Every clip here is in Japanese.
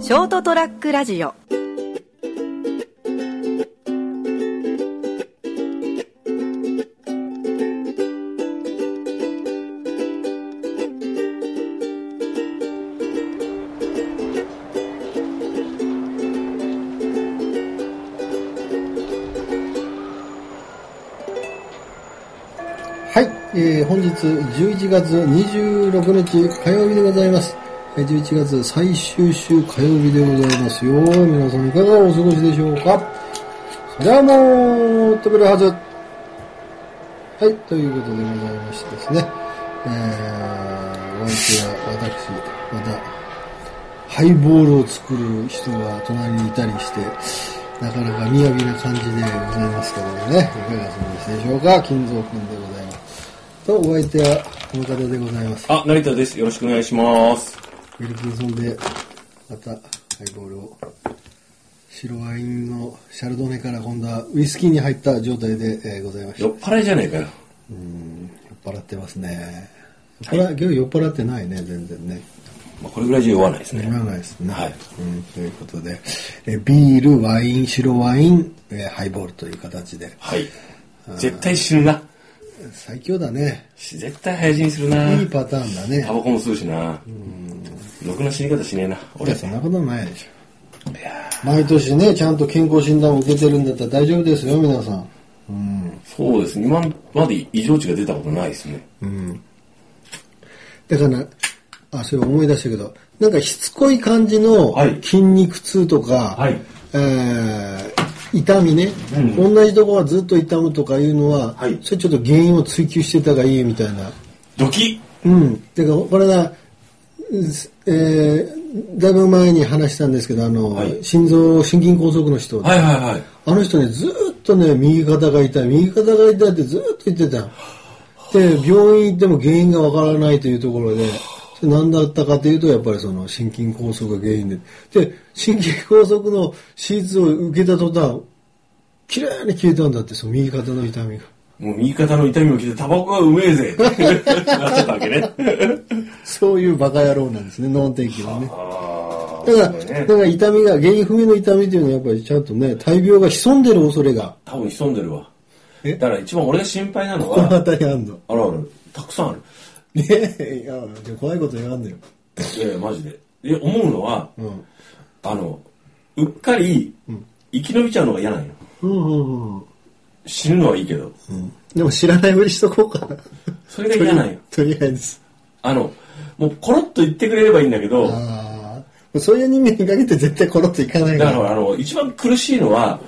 ショートトラックラジオはい、えー本日11月26日火曜日でございます。えー11月最終週火曜日でございますよ。皆さんいかがお過ごしでしょうかそれはもう、飛べるはず。はい、ということでございましてですね、えー、お相手は私、また、ハイボールを作る人が隣にいたりして、なかなか雅な感じでございますけどもね、いかがお過ごしでしょうか金蔵君でございます。と、お相手はこの方でございます。あ、成田です。よろしくお願いします。ウィルキンソンで、また、ハイボールを、白ワインのシャルドネから今度はウイスキーに入った状態で、えーございました。酔っ払いじゃねえかよ。酔っ払ってますね。酔っ払、今日酔っ払ってないね、全然ね。まあ、これぐらいじゃ酔わないです飲ね。まないですね。はいうん、ということで、えービール、ワイン、白ワイン、えーハイボールという形で、はい。絶対死ぬな。最強だね。し絶対早死にするな。いいパターンだねタ。バコも吸うしな。ろくな死に方しねえな。い俺や、そんなことないでしいやょ。毎年ね、ちゃんと健康診断を受けてるんだったら大丈夫ですよ、皆さん。ーそうですね。今まで異常値が出たことないですね。だから、あ、それ思い出したけど、なんかしつこい感じのはい筋肉痛とか、はいえー痛みね、同じとこがずっと痛むとかいうのは、はいそれちょっと原因を追求してた方がいいみたいな。ドキうん。てか、これな、すえーだいぶ前に話したんですけど、あの、はい心臓、心筋梗塞の人、はいはいはい。あの人ね、ずーっとね、右肩が痛い、右肩が痛いってずーっと言ってたので、病院行っても原因がわからないというところで、それ何だったかというと、やっぱりその心筋梗塞が原因で。で、心筋梗塞の手術を受けた途端、綺麗に消えたんだって、その右肩の痛みが。もう右肩の痛みを聞いて、タバコがうめえぜなっちゃったわけね。そういうバカ野郎なんですね、脳天気はね。あだから、ーそうだねから痛みが、原因不明の痛みというのはやっぱりちゃんとね、大病が潜んでる恐れが、多分潜んでるわ。えだから一番俺が心配なの このは、辺りあんの。あるある。たくさんある。ねえ、いや、じゃあ怖いこと言わんのよ。いやいやマジで。え、思うのは、うん。あの、うっかり生き延びちゃうのが嫌なんよ。うんうんうん。死ぬのはいいけど、でも知らないふりしとこうか な。それが嫌なんよ。とりあえず。あの、もうコロッと言ってくれればいいんだけど、だああ。そういう人間にかけて絶対コロッといかないか。かららあの、一番苦しいのは、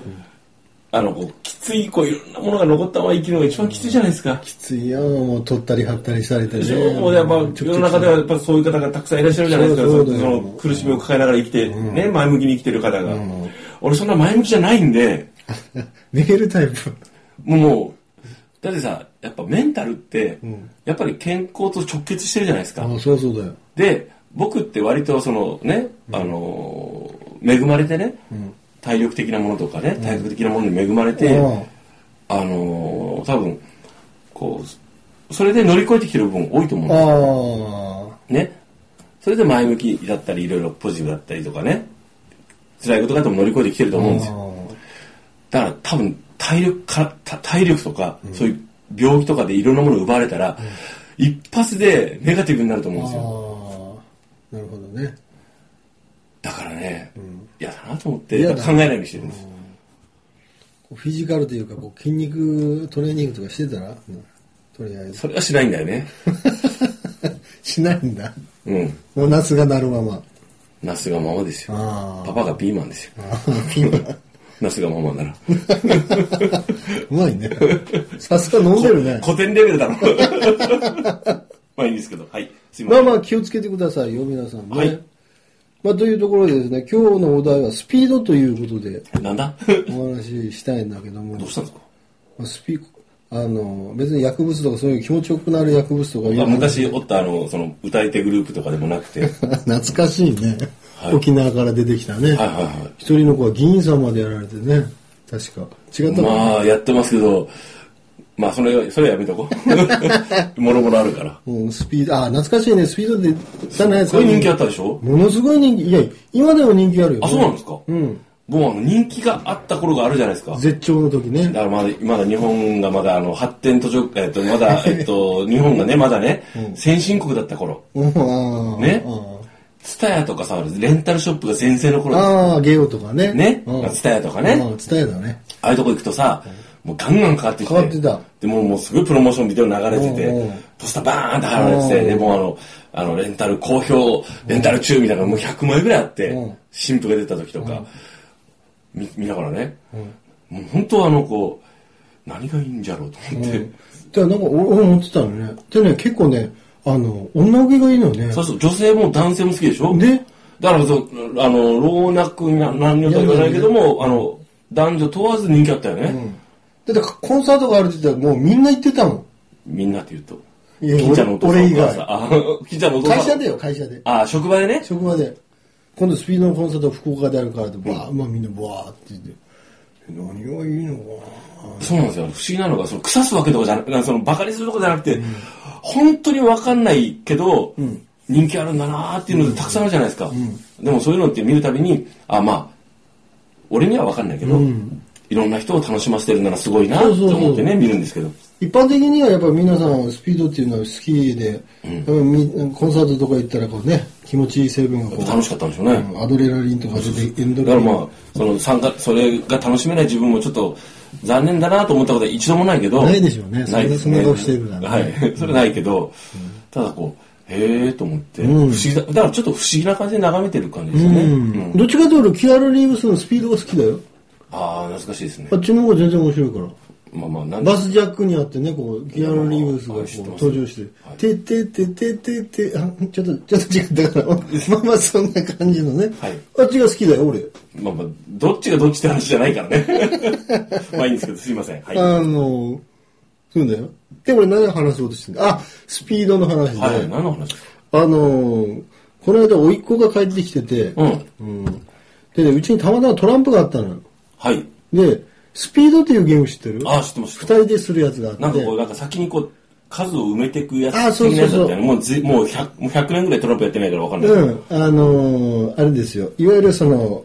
あの、こう、きつい、こう、いろんなものが残ったまま生きるのが一番きついじゃないですか。きついよ、もう取ったり貼ったりされたでりしね。ょもうやっぱ、世の 中ではやっぱそういう方がたくさんいらっしゃるじゃないですか。そそうそうだよの苦しみを抱えながら生きて、ね、前向きに生きてる方が。俺そんな前向きじゃないんで、逃げるタイプ。もう、だってさ、やっぱメンタルって、やっぱり健康と直結してるじゃないですか。ああ、そうそうだよ。で、僕って割とそのね、あのー、恵まれてね、体力的なものとかね、体力的なものに恵まれて、うんあのー、多分、こう、それで乗り越えてきてる部分多いと思うんであすね。それで前向きだったり、いろいろポジティブだったりとかね、辛いことがあっても乗り越えてきてると思うんですよ。だから多分体力かた体力とか、そういう病気とかでいろんなものを奪われたら、一発でネガティブになると思うんあ。あですよあ。なるほどね。だからね嫌、だなと思って嫌だ考えないようにしてるんです、フィジカルというか、こう筋肉トレーニングとかしてたら、うんとりあえず。それはしないんだよ ねしないんだ。うんもう夏がなるまま。なすがままですよあーパパがピーマンですよあーピーマンなすがままな ら うまいね。さすが飲んでるね。古典レベル だろまあいいんですけどはいすいまませあん、まあ気をつけてくださいよ、皆さんね。はいまあというところでですね、今日のお題はスピードということでなんだお話ししたいんだけども、どうしたんですかまあスピあの、別に薬物とかそういう気持ちよくなる薬物とかいうまあの昔おったあのその歌い手グループとかでもなく てはい 懐かしいね、はい沖縄から出てきたね。はいはい一人の子は議員さんまでやられてね、確か。違ったかな、まあやってますけどまあ、それ、それはやめと こう。もろもろあるから。もうスピード、あ、懐かしいね、スピードで、だね、すごい人気あったでしょものすごい人気、いや、今でも人気あるよ、あ、そうなんですかうん。もうあの人気があった頃があるじゃないですか。絶頂の時ねだ。からまだ、まだ日本がまだあの発展途上、えっと、まだ、えっと、日本がね、まだね、先進国だった頃。うん、あーねあツタヤとかさ、レンタルショップが先生のー頃ですあー、ゲオとかね。ねうん。ツタヤとかねうん、伝えだね。ああいうとこ行くとさ、もうガンガンかかってきて。変わってた。でもうもうすごいプロモーションビデオ流れてうんうてん、ポスターバーンって貼られてうんて、でもうあの、あの、レンタル好評、レンタル中みたいなのがもう100枚ぐらいあってうん、新婦が出た時とか、み見ながらね、もう本当あの、こう、何がいいんじゃろうと思って。だからなんか、俺俺思ってたのね。でね、結構ね、あの、女受けがいいのよね。そうそう、女性も男性も好きでしょね。だからそう、あの、老若男女とは言わないけども、あの、男女問わず人気あったよね。だってコンサートがあるって言ったらもうみんな行ってたもん。みんなって言うと。いや金ちゃんのお父さん俺お以外母さん。あ、金ちゃんのお父さん。会社でよ、会社で。あ、職場でね。職場で。今度スピードのコンサート福岡であるからって、ばー、まあみんなばーって言って。何がいいのかそうなんですよ。不思議なのが、その腐すわけとかじゃなく、その馬鹿にするとかじゃなくて、本当にわかんないけど、人気あるんだなーっていうのでたくさんあるじゃないですか。でもそういうのって見るたびに、あ、まあ、俺にはわかんないけど、いろんな人を楽しませてるならすごいなそとうそうそう思ってね、見るんですけど。な一般的にはやっぱり皆さんスピードっていうのは好きで、やっぱりみコンサートとか行ったらこうね、気持ちいい成分がこ楽しかったんでしょうね。う、アドレナリンとか出て、エンドだルかフらィンまあ、その参加、それが楽しめない自分もちょっと残念だなと思ったことは一度もないけど。ないでしょうねないですね。そんな顔してるなんてねはい。 それないけど、ただこう、へえと思って、うん不思議だ、だからちょっと不思議な感じで眺めてる感じですよね。うんうんどっちかというと俺キアル・リーブスのスピードが好きだよ。ああ、懐かしいですねあ。っちの方が全然面白いから。まあまあ、なんでバスジャックにあってね、こう、キアヌ・リーブスがこあ知ってうます登場しては、いてててててて、あ、ちょっと、ちょっと違ったから、まあまあそんな感じのねはい。あっちが好きだよ、俺。まあまあ、どっちがどっちって話じゃないからね。 まあいいんですけど、すいません。はい。あの、そうだよ。で、俺何の話そうとしてんだあ、スピードの話はい、で。何の話ですかあの、この間、甥っ子が帰ってきてて、うん。うんでね、うちにたまたまトランプがあったのよ。はい。で、スピードっていうゲーム知ってるああ、知ってます。二人でするやつがあって。なんかこう、なんか先にこう、数を埋めていくやあーつそう的そうなやつそだうったよね。もうずもう 100, もう100年ぐらいトランプやってないからわかんない。うん、あのーあれですよ、いわゆるその、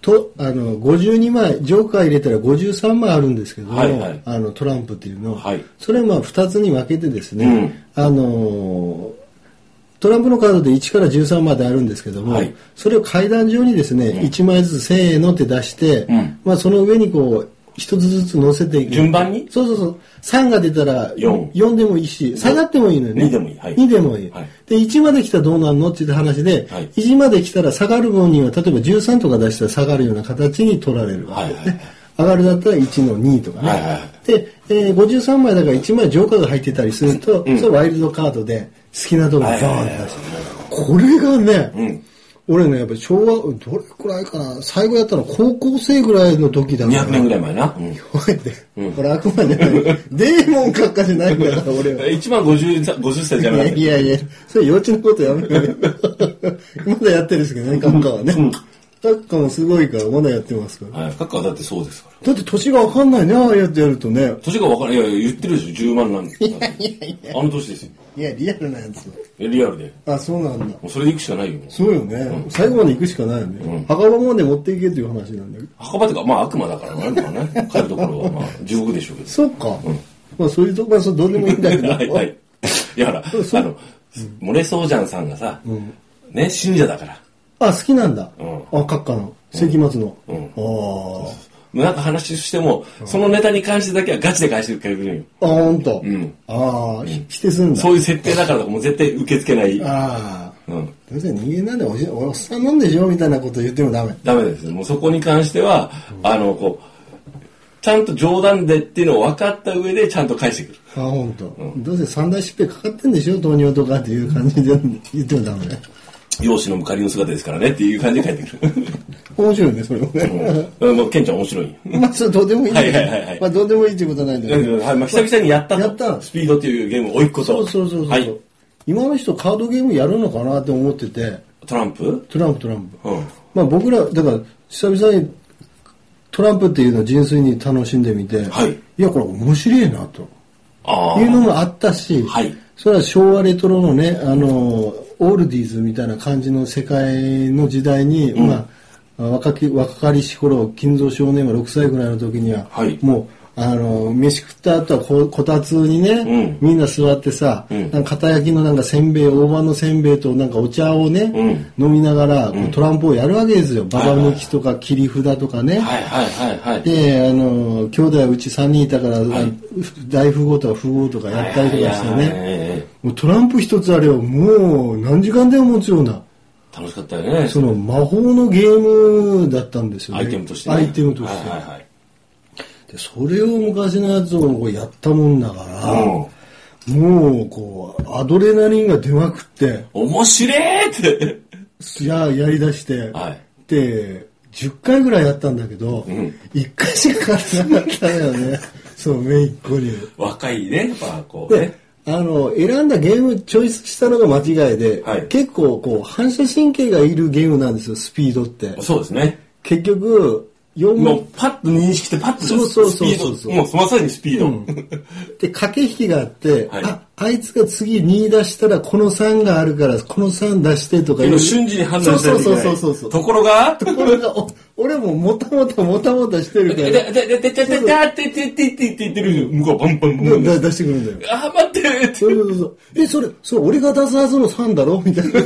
とあの52枚、ジョーカー入れたら53枚あるんですけども、はいはいあのトランプっていうの、はいそれをまあ2つに分けてですね、あのートランプのカードで1から13まであるんですけども、はいそれを階段上にですね、1枚ずつせーのって出して、んまあ、その上にこう、一つずつ乗せていく。順番にそうそうそう。3が出たら四4でもいいし、下がってもいいのよね。二でもいいはい二でもいい。はいで、1まで来たらどうなんのって言った話で、はい1まで来たら下がる分には、例えば13とか出したら下がるような形に取られるわけですね。はいはい上がるだったら1の2とかね。はいはいはで、えー53枚だから1枚ジョーカーが入ってたりすると、それワイルドカードで好きなとこにバーンって出して。これがね、ん俺ね、やっぱ昭和、どれくらいかな、最後やったの高校生ぐらいの時だから。 200年ぐらい前な。うんおいで、これあくまでデーモン閣下じゃないんだから俺は。 1万50歳、50歳じゃなかったいやいや、それ幼稚なことやめろ よ。まだやってるんですけどね、閣下はね。閣下もすごいから、まだやってますから。はい、深川だってそうですから。だって年がわかんないね、ああやってやるとね。年がわからない。いやいや、言ってるでしょ、10万なんて。あの年ですよ。いや、リアルなやつ。えリアルで。あ、そうなんだ。もうそれで行くしかないよ。そうよね。最後まで行くしかないよね。墓場まで持っていけという話なんだけど。墓場とか、まあ悪魔だから、あるからね。帰るところは、まあ、地獄でしょうけど。そっか。まあそういうとこはそうどうでもいいんだ けど。はいはい。いや、ほら、あそうの、漏れそうじゃんさんがさ、ね、信者だから。あ、好きなんだ。んあ、閣下の。世紀末の。んああ。なんか話しても、そのネタに関してだけはガチで返してくれるんよ。あ、ほんと。んああ、ひ否定するんだ。そういう設定だからとかもう絶対受け付けない。ああ。うん。どうせ人間なんでおじおっさんなんでしょみたいなこと言ってもダメ。ダメです。もうそこに関しては、あの、こう、ちゃんと冗談でっていうのを分かった上でちゃんと返してくる。あ、ほんと。どうせ三大疾病かかってんでしょ糖尿とかっていう感じで言ってもダメ。容姿の仮の姿ですからねっていう感じで返ってくる。 面白いね、それもね。うん、もうケンちゃん面白いよ。まあ、それどうでもいいんだけど。はいはいはいはいまあ、どうでもいいってことはないんだけど。はい、まあ、久々にやったとやったスピードっていうゲームを追いっ子と。そうそうそうそう、はい。今の人カードゲームやるのかなって思ってて、トランプトランプトランプ。うん。まあ僕ら、だから久々にトランプっていうのを純粋に楽しんでみて、はいやこれ面白いなと。ああいうのもあったし、はいそれは昭和レトロのね、あの、オールディーズみたいな感じの世界の時代に、まあ、若き、若かりし頃、金蔵少年は6歳ぐらいの時には、はいもう、あの、飯食った後はこ、こたつにね、みんな座ってさ、んなんか片焼きのなんかせんべい、大判のせんべいとなんかお茶をね、飲みながら、こうトランプをやるわけですよ。ババ抜きとか切り札とかね。はいはいはいはい。で、あの、兄弟はうち3人いたから、大富豪とか富豪とかやったりとかしてはいはいね。はいはいもうトランプ一つあれをもう何時間でも持つような、楽しかったよね。その魔法のゲームだったんですよアね。イテムとしてね。アイテムとして。はいはいはい。でそれを昔のやつをこうやったもんだから、うんもうこう、アドレナリンが出まくって、面白えって。や、やりだして、はいで、10回ぐらいやったんだけど、1回しか勝てなかったのよね。そう、メイっ子に。若いね、やっぱこうでね。、あの、選んだゲームチョイスしたのが間違いで、はい結構こう、反射神経がいるゲームなんですよ、スピードって。そうですね。結局、4も問うパッと認識してパッとそうそうそうそうスピードもうまさにスピード。で駆け引きがあって、はいあ、あいつが次2出したらこの3があるから、この3出してとかい今う。瞬時に判断しないといけない。そうそうそうそうそう。ところが、ところが、お俺ももたもたもたもたしてるかで、ら、で、で、で、で、で、で、で、で、で、で、で、で、で、向こうバンバンバンバン。だ出してくるんだよ。あ、待ってって。そうそうそう。え、それ、それ俺が出すはずの3だろみたいな。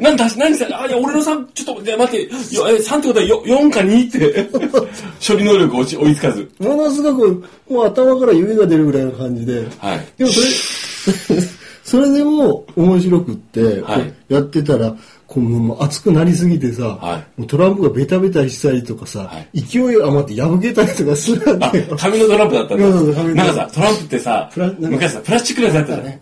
なんだ、何したあ、いや、俺の3、ちょっと、で待って、よえ3ってことはよ4か2って、処理能力落ち追いつかず。ものすごく、もう頭から指が出るぐらいの感じで。はいでも それ、それでも面白くって、はいやってたら、こうもう熱くなりすぎてさ、はもうトランプがベタベタしたりとかさ、はい勢い余って破けたりとかするわあけよ、。紙のトランプだったんそうそうだ。紙のなんかさ、トランプってさプラなん、か昔さ、プラスチックのやつだったじゃん。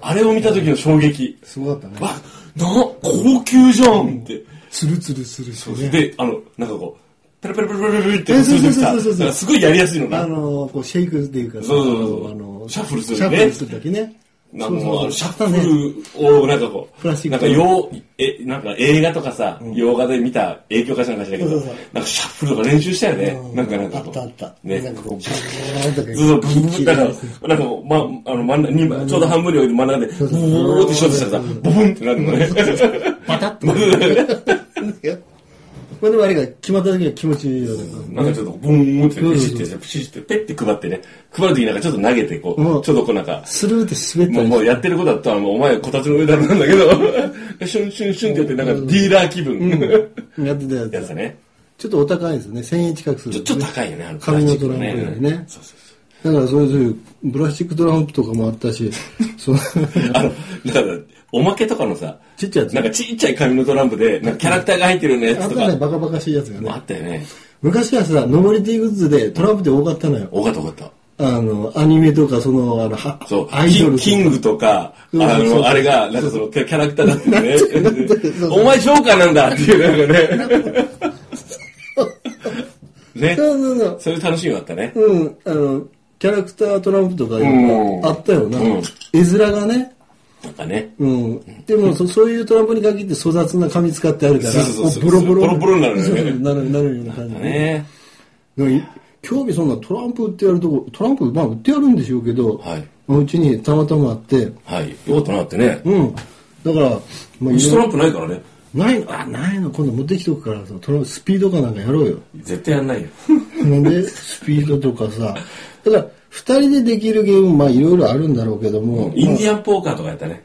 あれを見た時の衝撃。すごかったね。わ、な、高級じゃんって。ツルツルするしね。で、あの、なんかこう、ペラペラペラペラペラってえすそうるそう時そうさ、そうそうそうなんかすごいやりやすいのあが、のこうシェイクっていうかさそうそうそうそうあのシャッフルするねシャッフルするだけね。なんかそうも、そううシそャうッフルを、なんかこプラスチッう、なんクか洋、え、なんか映画とかさ、洋画で見た影響かしらんかしらんけそどうそうそう、なんかシャッフルとか練習したよねう。なんかなんかあこっう。たあった。ね。なんかこう、ブーンとかそうそう、ブーブ一気ーにだから、なんかもう、ま、あの、真ん中に、ちょうど半分に置いて真ん中で、ブうそうーってショートしたらさ、ボブンってなるのね。バタッと。まあでもあれが決まった時は気持ちいいよね。なんかちょっと、ボーンってプシって、プシって、ペッて配ってね、配る時なんかちょっと投げて、こう、うんちょっとこうなんか、スルーって滑ったもうりもうやってることだったら、もうお前こたつの上だろなんだけ ど、シュンシュンシュンってやって、なんかディーラー気分。やってたやつやつだだね。ちょっとお高いですね。1000円近くすちょる。ちょっと高いよね、あの紙のトランプよりね。そうそうそだからそういう、プラスチックトランプとかもあった し、そう。うあの、だから、おまけとかのさ、ちっちゃいやつなんかちっちゃい紙のトランプで、なんかキャラクターが入ってるようなやあつととはね、か、バカバカしいやつがあね。ったよね。昔はさ、ノベリティグッズでトランプって多かったのよ。多かった多かった。あの、アニメとか、その、あの、はそう、アイドルとか。キンキングとか、あうんそうそうの、あれが、なんかその、キャキャラクターだなってっるてそうね、そうお前ジョーカーなんだっていう、なんかね。ね。そうそうそう。そういう楽しみがあったね。うん、あの、キャラクタートランプとかんあったよな。うん絵面がね。なんかね。うん。でもそ、そういうトランプに限って粗雑な紙使ってあるから、そうそうそうこうボロボロ。ボロボロになるよねそうそうなる、なるような感じ。ねでもい興味そんなトランプ売ってやるとこ、トランプ、まあ売ってやるんでしょうけど、はい、うちにたまたまあって、はい。よかったなってね。うん。だから、まあ、ういちトろいランプないからね。ろないの、あ、ないの、今度持ってきとくからさ、トランプスピードかなんかやろうよ。 絶対やんないよ。なんで、スピードとかさ。だから、二人でできるゲーム、まあいろいろあるんだろうけども、インディアンポーカーとかやったね。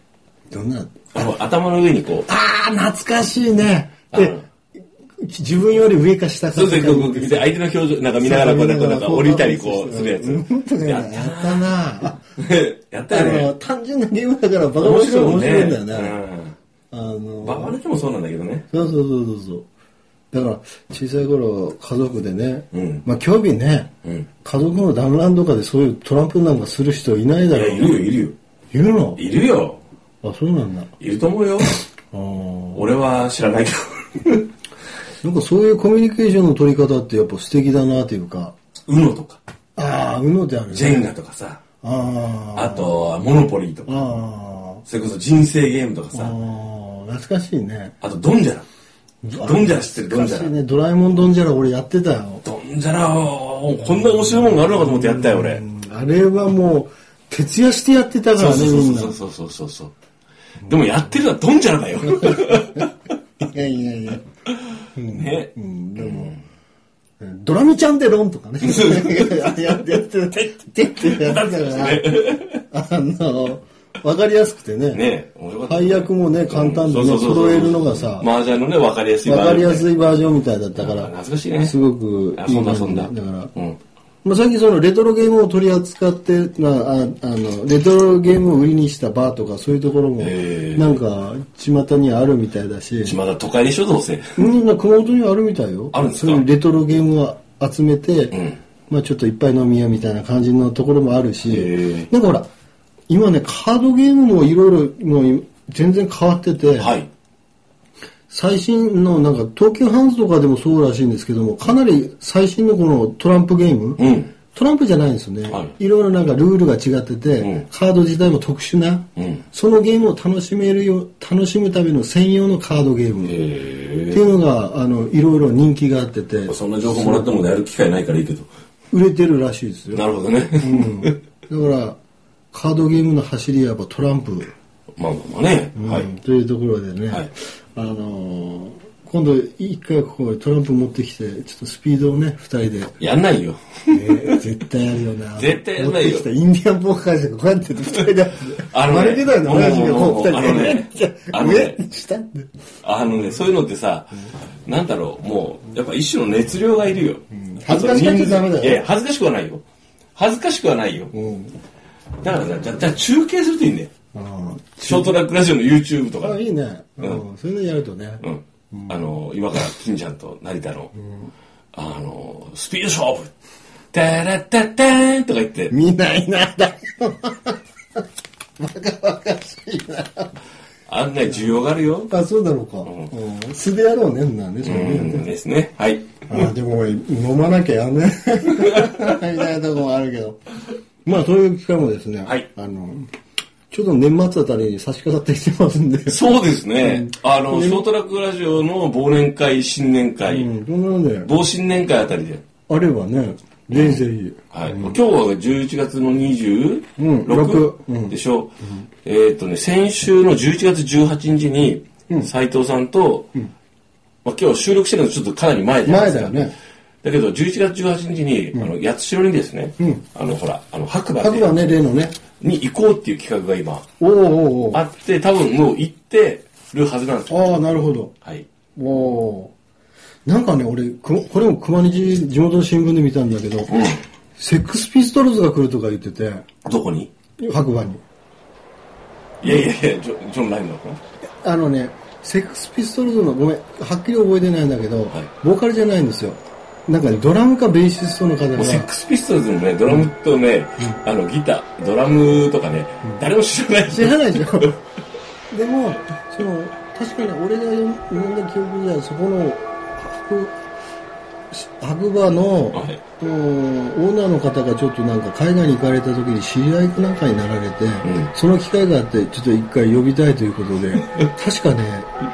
どんなあの、頭の上にこう、ああ、懐かしいね。あでの、自分より上か下かそうそう、とかこう見て相手の表情、なんか見ながらこう、なんかなんか降りたりこう、するや本当つ。ね、ややっったなあた。やったあよの、ね。単純なゲームだからバカバ面カしい白いも面んね。白いんだよね。うんあの、ババ抜きもそうなんだけどね。そうそうそうそうそう。だから、小さい頃、家族でね、うんまあ、興味ね、うん家族の団らんとかでそういうトランプなんかする人いないだろういるよ、いるよ。いるのいるよ。あ、そうなんだ。いると思うよ。あー俺は知らないけど。なんかそういうコミュニケーションの取り方ってやっぱ素敵だなというか、ウノとか、ああ、うのであるね。ジェンガとかさ、ああ。あと、モノポリーとか、あそれこそ人生ゲームとかあ。さ、ああ、懐かしいね。あと、ドンジャラ。ドンジャラ知ってる、ドン懐ジかしいャラ。ね。ドラえもんドンジャラ俺やってたよ。ドンジャラを、こんな面白いもんがあるのかと思ってやったよ、俺。あれはもう、徹夜してやってたかそうらそね、みんなう。そうそうそうそう。でもやってるのはドンジャラだよ。いやいやいや。 ね。うん、でも、ドラムちゃんでロンとか ね。やってやって、てってやってたから、あの、わかりやすくてね。ね面白かった配役もね、簡単でね、揃えるのがさ、麻雀のね、わかりやすいわかりやい。すいバージョンみたいだったから、懐かしいねすごくいい遊んだ遊んだ。だから、うん。まあ、最近そのレトロゲームを取り扱って、まあ、ああのレトロゲームを売りにしたバーとかそういうところもへーなんか巷にあるみたいだし、島田都会でしょ、どうせ。うん、なんか熊本にはあるみたいよあるんですかそういうレトロゲームを集めて、んまあ、ちょっといっぱい飲み屋みたいな感じのところもあるし、へなんかほら今ねカードゲームもいろいろもう全然変わってて、はい。最新のなんか東急ハンズとかでもそうらしいんですけどもかなり最新のこのトランプゲーム、うん。トランプじゃないんですよね、、はいろいろなんかルールが違ってて、うんカード自体も特殊な、うんそのゲームを楽しめるよ楽しむための専用のカードゲーム、ってへいうのがあのいろいろ人気があっててえ。そんな情報もらってもやる機会ないからいいけど。売れてるらしいですよ なるほどね。だからカードゲームの走りはやっぱトランプ、まあまあまあね。はうんい。というところでね、はいあのー今度一回ここへトランプ持ってきてちょっとスピードをね二人で、やんないよ。絶対やるよな絶対やんないよ持ってきたインディアンポーカーじゃこうやって二人でやってあのね丸けたよね親父がこう二人であのね上下ってあのね、そういうのってさ、なんだろう、もう、やっぱ一種の熱量がいるよ。恥ずかしがっちゃダメだよいやいや、恥ずかしくはないよ。恥ずかしくはないよ。うんだからさ、じゃじゃあ中継するといいんだよ。あショートラックラジオの YouTube とかーあで。いいね、うんそういうのやるとね、うん。あの、今から金ちゃんと成田の、あの、スピード勝負タラッタッターンとか言って、見ない な、だよ。バカバカしいな。あんな需要があるよ。あ、そうだろうか。うん素でやろうね、そんなんね、そううね。ん、ですね。はい。あ、でもおい飲まなきゃやんね。 みたいなとこもあるけど。まあ、そういう機会もですね、はいあの、ちょうど年末あたりに差し掛かってきてますん で、そうですね。あの、ショートラックラジオの忘年会、新年会、うん、そんなので、某新年会あたりで。あればね、ぜひぜひ。はい、今日は11月の26、うん六でしょ、えーっ、とね先週の11月18日に斉藤さんと、まあ、今日収録してるのちょっとかなり前じゃな前いですだかよね。だけど11月18日に、あの八代にですね、あのほらあの白馬各ではね、例のね、に行こうっていう企画が今おうおうおうあって多分もう行ってるはずなんですよああ、なるほど。はいおーなんかね、俺、くこれも熊西地元の新聞で見たんだけど、セックスピストルズが来るとか言ってて、どこに白馬に。いやいやいやジョジョン・ライムの方あのね、セックスピストルズの、ごめん、はっきり覚えてないんだけど、はいボーカルじゃないんですよ。なんかね、ドラムかベーシストの方がもう、セックスピストルズのね、ドラムとね、あの、ギター、ドラムとかね、誰も知らない知らないでしょ。でも、その、確かに俺が読んだ記憶じゃ、そこの、白白馬の、はいもうオーナーの方がちょっとなんか海外に行かれた時に知り合いかなんかになられて、んその機会があってちょっと一回呼びたいということで確かね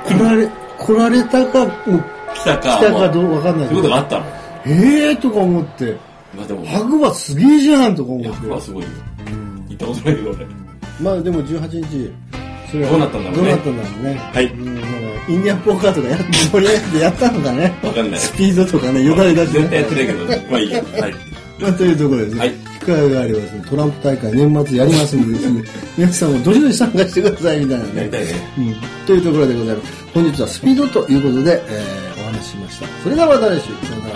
来られ来られたかもう来たか、来たまかあどうかわかんないそういけうことどがあったの。ええー、とか思ってまあでも、白馬すげえじゃんとか思いや、ってまあすごいよ。行ったことないけど、俺。まあでも18日それはどうなったんだろうねどうなったんだろうねはいうんなんかインディアンポーカーとかやって盛り上げてやったのかねわかんないスピードとかねよだれ出して絶対やってないけど、まあいいや。はい。まあ、というところですね、はい機会があればですねトランプ大会年末やりますんでですね皆さんもどしどし参加してくださいみたいなやりね、たいね。うん、というところでございます本日はスピードということで、えーお話ししましたそれではまた来週さようなら